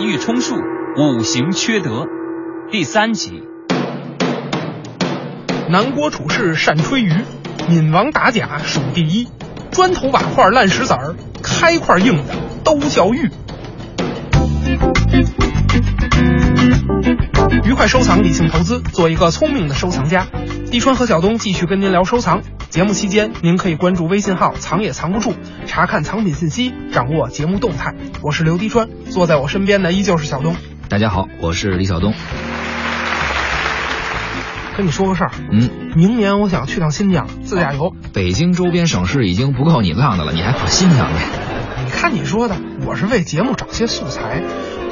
欲充数，五行缺德。第三集，南郭楚士善吹竽，闽王打假数第一，砖头瓦块烂石子儿，开块硬的都叫玉。愉快收藏，理性投资，做一个聪明的收藏家。地川和小东继续跟您聊收藏。节目期间，您可以关注微信号“藏也藏不住”，查看藏品信息，掌握节目动态。我是刘迪川，坐在我身边的依旧是小东。大家好，我是李晓东。跟你说个事儿，嗯，明年我想去趟新疆自驾游。北京周边省市已经不够你浪的了，你还跑新疆去？你看你说的，我是为节目找些素材。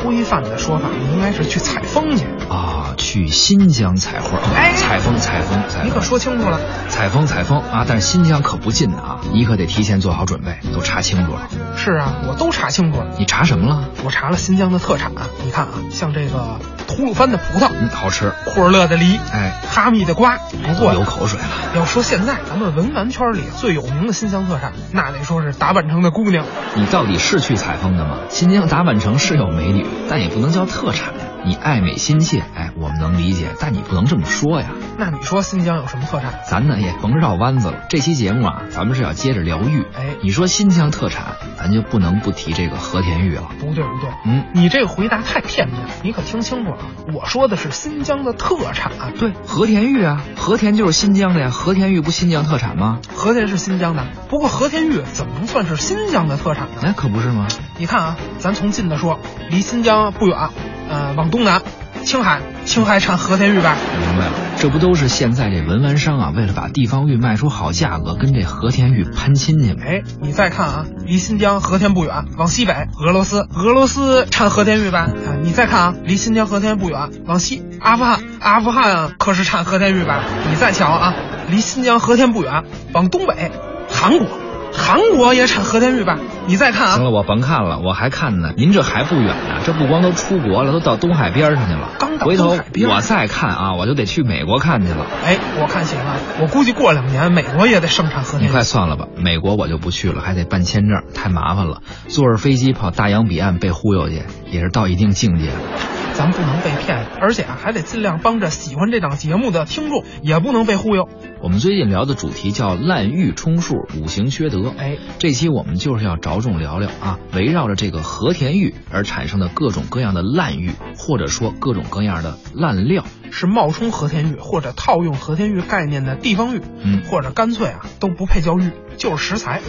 规范的说法应该是去采风去。啊，去新疆采花，哎采风采风采风，你可说清楚了，采风采风啊！但是新疆可不近啊，你可得提前做好准备，都查清楚了。是啊，我都查清楚了。你查什么了？我查了新疆的特产，你看啊，像这个吐鲁番的葡萄，嗯，好吃，库尔勒的梨，哎，哈密的瓜。不过流口水了。要说现在咱们文玩圈里最有名的新疆特产，那得说是达坂城的姑娘。你到底是去采风的吗？新疆达坂城是有美女，但也不能叫特产。你爱美心切，哎，我们能理解，但你不能这么说呀。那你说新疆有什么特产？咱呢也甭绕弯子了。这期节目啊，咱们是要接着聊玉。哎你说新疆特产，咱就不能不提这个和田玉了。不对不对，嗯，你这个回答太片面了。你可听清楚了，我说的是新疆的特产。啊对，和田玉啊，和田就是新疆的呀，和田玉不新疆特产吗？和田是新疆的，不过和田玉怎么能算是新疆的特产呢？那哎可不是吗？你看啊，咱从近的说，离新疆不远，呃，往东南，青海，青海产和田玉吧。明白了，这不都是现在这文玩商啊，为了把地方玉卖出好价格，跟这和田玉攀亲戚吗？哎，你再看啊，离新疆和田不远，往西北，俄罗斯，俄罗斯产和田玉吧。啊，你再看啊，离新疆和田不远，往西，阿富汗，阿富汗啊可是产和田玉吧。你再瞧啊，离新疆和田不远，往东北，韩国，韩国也产和田玉吧。你再看啊行，了，我甭看了，我还看呢。您这还不远呢，这不光都出国了，都到东海边上去了。刚到回头东海边我再看啊，我就得去美国看去了。哎，我看行啊，我估计过两年美国也得盛产和你田玉快。算了吧，美国我就不去了，还得办签证，太麻烦了。坐着飞机跑大洋彼岸被忽悠去，也是到一定境界了。咱不能被骗，而且啊，还得尽量帮着喜欢这档节目的听众，也不能被忽悠。我们最近聊的主题叫“滥竽充数，五行缺德”。哎，这期我们就是要着重聊聊啊，围绕着这个和田玉而产生的各种各样的滥竽，或者说各种各样的烂料。是冒充和田玉或者套用和田玉概念的地方玉，嗯或者干脆啊都不配叫玉，就是食材。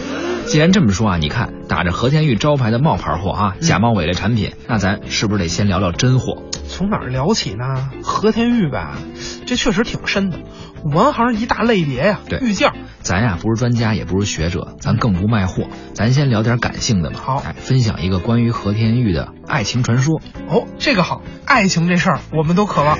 既然这么说啊，你看打着和田玉招牌的冒牌货啊，嗯假冒伪劣产品，那咱是不是得先聊聊真货？从哪儿聊起呢？和田玉吧，这确实挺深的，古玩行一大类别呀、对玉件儿。咱呀不是专家，也不是学者，咱更不卖货，咱先聊点感性的吧。嗯好哎，分享一个关于和田玉的爱情传说。哦，这个好，爱情这事儿我们都渴望。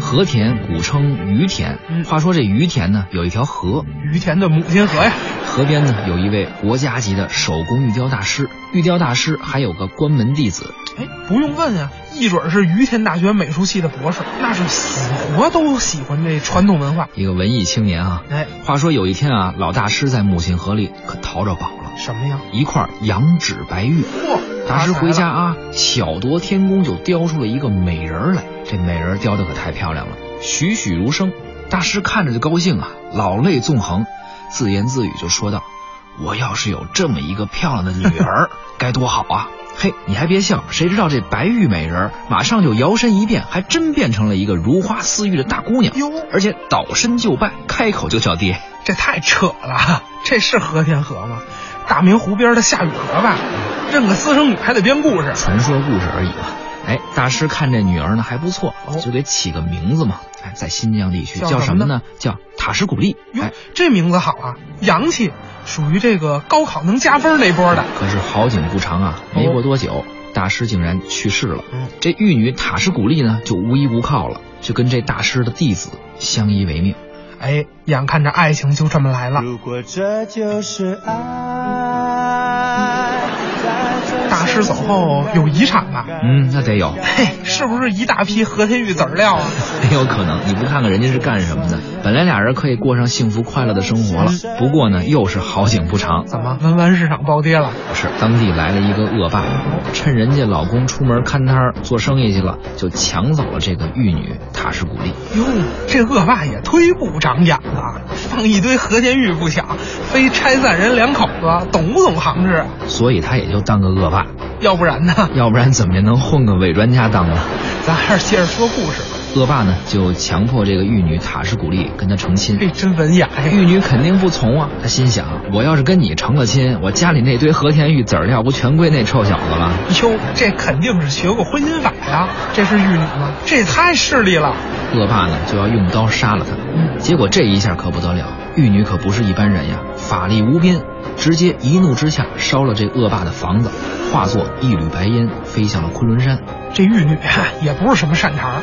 和田古称于田，嗯话说这于田呢有一条河，于田的母亲河呀，河边呢有一位国家级的手工玉雕大师，玉雕大师还有个关门弟子，哎，不用问啊，一准儿是于田大学美术系的博士，那是死活都喜欢这传统文化。一个文艺青年啊。哎，话说有一天啊，老大师在母亲河里可淘着宝了，什么呀？一块羊脂白玉。嚯，大师发财回家了，啊，巧夺天工就雕出了一个美人儿来。这美人儿雕的可太漂亮了，栩栩如生。大师看着就高兴啊，老泪纵横，自言自语就说道：“我要是有这么一个漂亮的女儿，该多好啊！” 嘿，你还别笑，谁知道这白玉美人儿马上就摇身一变，还真变成了一个如花似玉的大姑娘，哟，而且倒身就拜，开口就叫爹。这太扯了，这是和田河吗？大明湖边的夏雨荷吧？认个私生女还得编故事。传说故事而已吧。哎，大师看这女儿呢还不错哦，就给起个名字嘛。哎，在新疆地区叫叫什什么么呢呢？叫塔什古丽。哟哎，，这名字好啊，洋气，属于这个高考能加分那波的。可是好景不长啊，没过多久，大师竟然去世了。哦嗯，这玉女塔什古丽呢，就无依无靠了，就跟这大师的弟子相依为命。 哎，眼看着爱情就这么来了。如果这就是爱，大大师师走后有遗产吧？嗯，那得有， 嘿，是不是一大批和田玉籽儿料啊？很哎有可能。你不看看人家是干什么的？本来俩人可以过上幸福快乐的生活了，不过呢，又是好景不长。怎么文玩市场暴跌了？不是，当地来了一个恶霸，趁人家老公出门看摊儿做生意去了，就抢走了这个玉女塔什古丽。哟，这恶霸也忒不长眼了，放一堆和田玉不抢，非拆散人两口子，懂不懂行市？所以他也就当个恶霸，要不然呢？要不然怎么也能混个伪专家当了。咱还是接着说故事吧。恶霸呢，就强迫这个玉女塔什古丽跟他成亲。这真文雅玉呀！女肯定不从啊，她心想：我要是跟你成了亲，我家里那堆和田玉籽儿料不全归那臭小子了？哟，这肯定是学过婚姻法呀！这是玉女吗？这也太势利了！嗯恶霸呢就要用刀杀了他。结果这一下可不得了，玉女可不是一般人呀，法力无边，直接一怒之下烧了这恶霸的房子，化作一缕白烟飞向了昆仑山。这玉女啊，也不是什么善茬儿。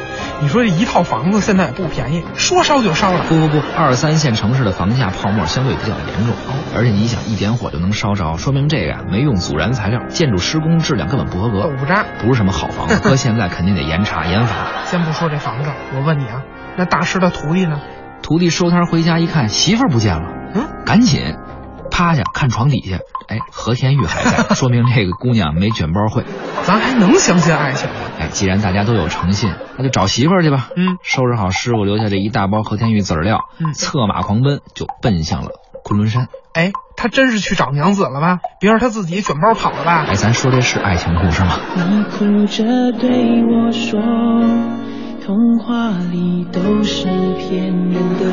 你说这一套房子现在也不便宜，说烧就烧了。不不不，二三线城市的房价泡沫相对比较严重，而且你想一点火就能烧着，说明这个呀没用阻燃材料，建筑施工质量根本不合格豆，腐渣，不是什么好房子，搁现在肯定得严查严罚。先不说这房子，我问你啊，那大师的徒弟呢？徒弟收摊回家一看，媳妇儿不见了，嗯，赶紧趴下看床底下，哎，和田玉还在，说明这个姑娘没卷包会。咱还能相信爱情吗？哎，既然大家都有诚信，那就找媳妇儿去吧。嗯，收拾好师傅留下这一大包和田玉籽儿料，嗯策马狂奔就奔向了昆仑山。哎，他真是去找娘子了吧？别让他自己卷包跑了吧？哎，咱说这是爱情故事吗？你哭着对我说，童话里都是骗人的。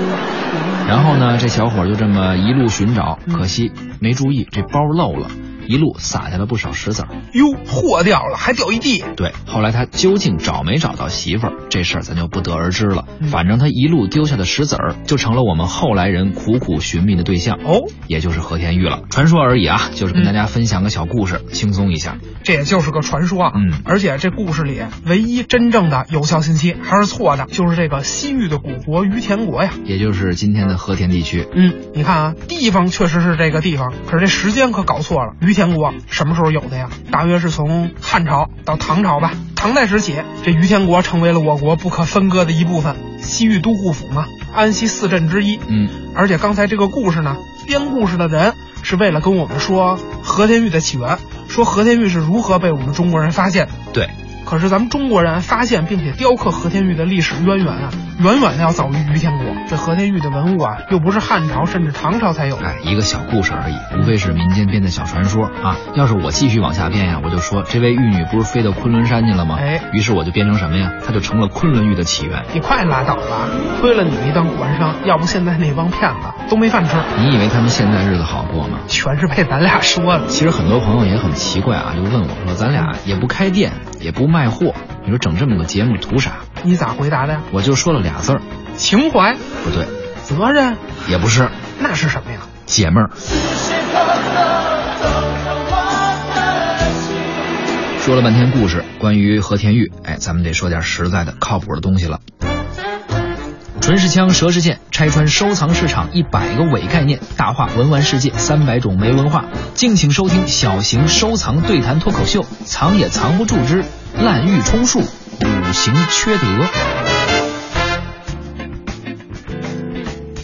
然后呢，这小伙就这么一路寻找，嗯可惜没注意这包漏了，一路撒下了不少石子儿。哟，货掉了，还掉一地。对，后来他究竟找没找到媳妇儿这事儿，咱就不得而知了。嗯反正他一路丢下的石子儿，就成了我们后来人苦苦寻觅的对象，哦，也就是和田玉了。传说而已啊，就是跟嗯大家分享个小故事，轻松一下。这也就是个传说啊。嗯而且这故事里唯一真正的有效信息还是错的，就是这个西域的古国于田国呀。也就是今天的和田地区。嗯，你看啊，地方确实是这个地方，可是这时间可搞错了。于田国啊什么时候有的呀？大约是从汉朝到唐朝吧。唐代时起，这于田国成为了我国不可分割的一部分，西域都护府嘛，安西四镇之一。嗯，而且刚才这个故事呢，编故事的人是为了跟我们说和田玉的起源，说和田玉是如何被我们中国人发现的。对，可是咱们中国人发现并且雕刻和田玉的历史渊源啊，远远的要早于于天国。这和田玉的文物啊，又不是汉朝甚至唐朝才有的。哎，一个小故事而已，无非是民间编的小传说啊。要是我继续往下编呀，我就说这位玉女不是飞到昆仑山去了吗？哎，于是我就编成什么呀？它就成了昆仑玉的起源。你快拉倒吧，亏了你一当管商，要不现在那帮骗子都没饭吃，你以为他们现在日子好过吗？全是被咱俩说的。其实很多朋友也很奇怪啊，就问我说：“咱俩也不开店，也不卖货，你说整这么个节目图啥你咋回答的呀？？”我就说了俩字儿，情怀？不对，责任？也不是那是什么呀？姐妹儿。说了半天故事，关于和田玉，哎，咱们得说点实在的、靠谱的东西了。唇是枪，舌是剑，拆穿收藏市场一百个伪概念，大话文玩世界三百种没文化。敬请收听小型收藏对谈脱口秀，藏也藏不住之滥竽充数，五行缺德。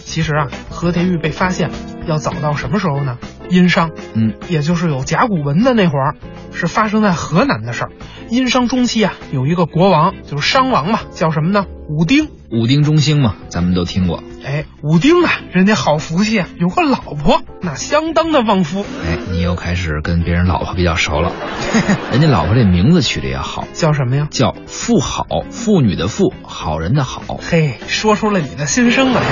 其实啊，和田玉被发现要早到什么时候呢？殷商，嗯，也就是有甲骨文的那会儿，是发生在河南的事儿。殷商中期啊，有一个国王，就是商王嘛，叫什么呢？武丁。武丁中兴嘛，咱们都听过。哎，武丁啊，人家好福气啊，有个老婆，那相当的旺夫，哎，你又开始跟别人老婆比较熟了。人家老婆这名字取的也好，叫什么呀？叫妇好，妇女的妇，好人的好。嘿，说出了你的心声啊！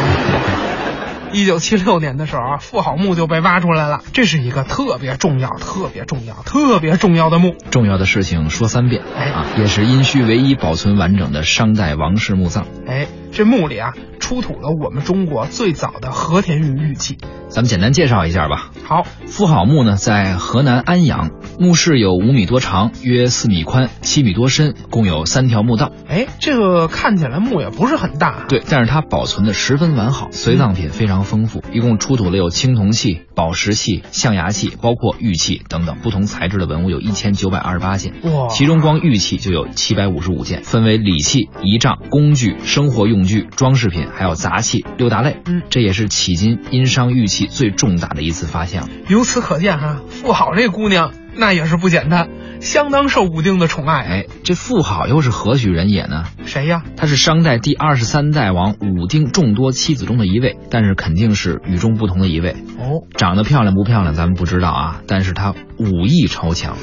一九七六年的时候啊，妇好墓就被挖出来了，这是一个特别重要、特别重要、特别重要的墓。重要的事情说三遍哎啊，也是殷墟唯一保存完整的商代王室墓葬。哎，这墓里啊，出土了我们中国最早的和田玉玉器。咱们简单介绍一下吧。好，妇好墓呢，在河南安阳，墓室有五米多长，约四米宽，七米多深，共有三条墓道。哎，这个看起来墓也不是很大、啊，对，但是它保存的十分完好，随葬品非常丰富，一共出土了有青铜器、宝石器、象牙器，包括玉器等等不同材质的文物有一千九百二十八件，哇，其中光玉器就有七百五十五件，分为礼器、仪仗、工具、生活用具、装饰品，还有杂器六大类。嗯这也是迄今殷商玉器最重大的一次发现了。由此可见哈、富好这姑娘那也是不简单，相当受武丁的宠爱。哎，这妇好又是何许人也呢？谁呀？他是商代第二十三代王武丁众多妻子中的一位，但是肯定是与众不同的一位。哦，长得漂亮不漂亮咱们不知道啊，但是他武艺超强，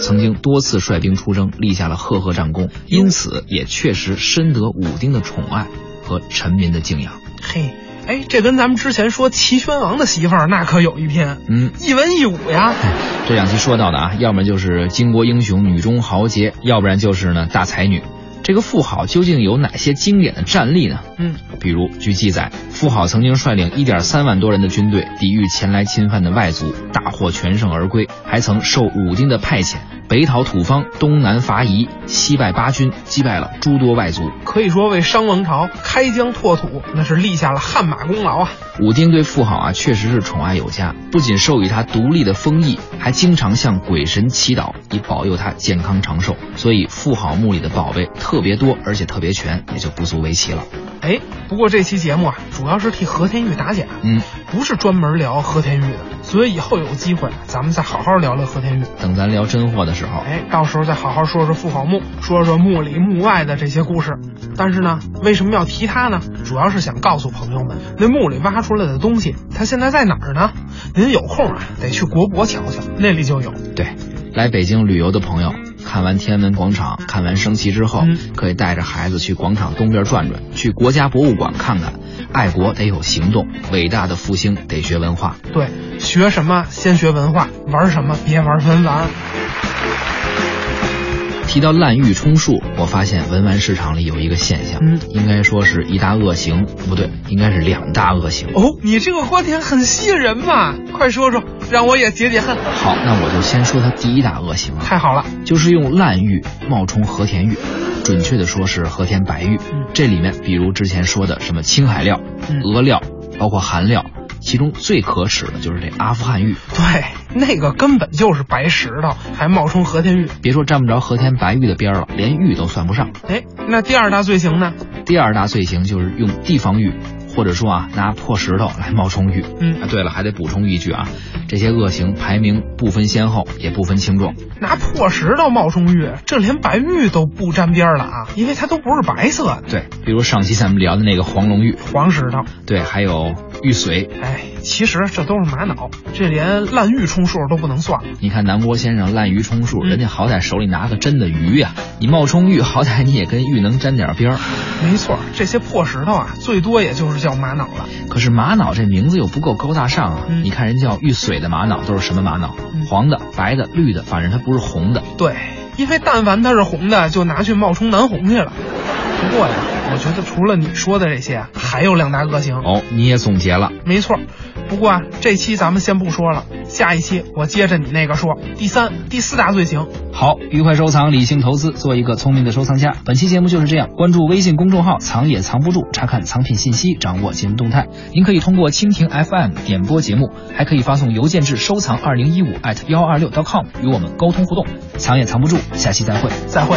曾经多次率兵出征，立下了赫赫战功，因此也确实深得武丁的宠爱和臣民的敬仰。嘿，哎，这跟咱们之前说齐宣王的媳妇儿那可有一拼，嗯，一文一武呀。这两期说到的啊，要么就是巾帼英雄、女中豪杰，要不然就是呢大才女。这个富豪究竟有哪些经典的战例呢？嗯，比如，据记载，富豪曾经率领一点三万多人的军队抵御前来侵犯的外族，大获全胜而归，还曾受武丁的派遣，北讨土方，东南伐夷，西败八军，击败了诸多外族。可以说为商王朝开疆拓土那是立下了汗马功劳啊。武丁对富豪啊，确实是宠爱有加，不仅授予他独立的封邑，还经常向鬼神祈祷，以保佑他健康长寿。所以，富豪墓里的宝贝特别多，而且特别全，也就不足为奇了。哎，不过这期节目啊，主要是替和田玉打假，啊嗯，不是专门聊和田玉的，所以以后有机会咱们再好好聊聊和田玉。等咱聊真货的时候，哎，到时候再好好说说富豪墓，说说墓里墓外的这些故事。但是呢，为什么要提它呢？主要是想告诉朋友们，那墓里挖出来的东西，它现在在哪儿呢？您有空啊，得去国博瞧瞧，那里就有。对，来北京旅游的朋友，看完天安门广场，看完升旗之后，嗯可以带着孩子去广场东边转转，去国家博物馆看看。爱国得有行动，伟大的复兴得学文化。对，学什么先学文化，玩什么别玩文玩。提到滥竽充数，我发现文玩市场里有一个现象，嗯应该说是一大恶行，不对，应该是两大恶行。哦，你这个观点很吸引人嘛，快说说，让我也解解恨。好，那我就先说它第一大恶行啊。太好了，就是用滥竽冒充和田玉，准确的说是和田白玉嗯。这里面比如之前说的什么青海料嗯、俄料，包括韩料，其中最可耻的就是这阿富汗玉。对，那个根本就是白石头，还冒充和田玉。别说沾不着和田白玉的边儿了，连玉都算不上。哎，那第二大罪行呢？第二大罪行就是用地方玉，或者说啊拿破石头来冒充玉。嗯啊，对了，还得补充一句啊，这些恶行排名不分先后，也不分轻重。拿破石头冒充玉，这连白玉都不沾边儿了啊，因为它都不是白色的，对，比如上期咱们聊的那个黄龙玉，黄石头。对，还有玉髓，哎，其实这都是玛瑙，这连滥竽充数都不能算。你看南郭先生滥竽充数，嗯人家好歹手里拿个真的鱼呀、你冒充玉，好歹你也跟玉能沾点边儿。没错，这些破石头啊，最多也就是叫玛瑙了。可是玛瑙这名字又不够高大上啊！嗯你看人叫玉髓的玛瑙都是什么玛瑙嗯？黄的、白的、绿的，反正它不是红的。对，因为但凡它是红的，就拿去冒充南红去了。不过呀，我觉得除了你说的这些啊，还有两大恶行。哦，你也总结了。没错，不过啊，这期咱们先不说了，下一期我接着你那个说。第三、第四大罪行，好，愉快收藏，理性投资，做一个聪明的收藏家。本期节目就是这样，关注微信公众号“藏也藏不住”，查看藏品信息，掌握节目动态。您可以通过蜻蜓 FM 点播节目，还可以发送邮件至收藏二零一五 at 幺二六 .com 与我们沟通互动。藏也藏不住，下期再会。再会。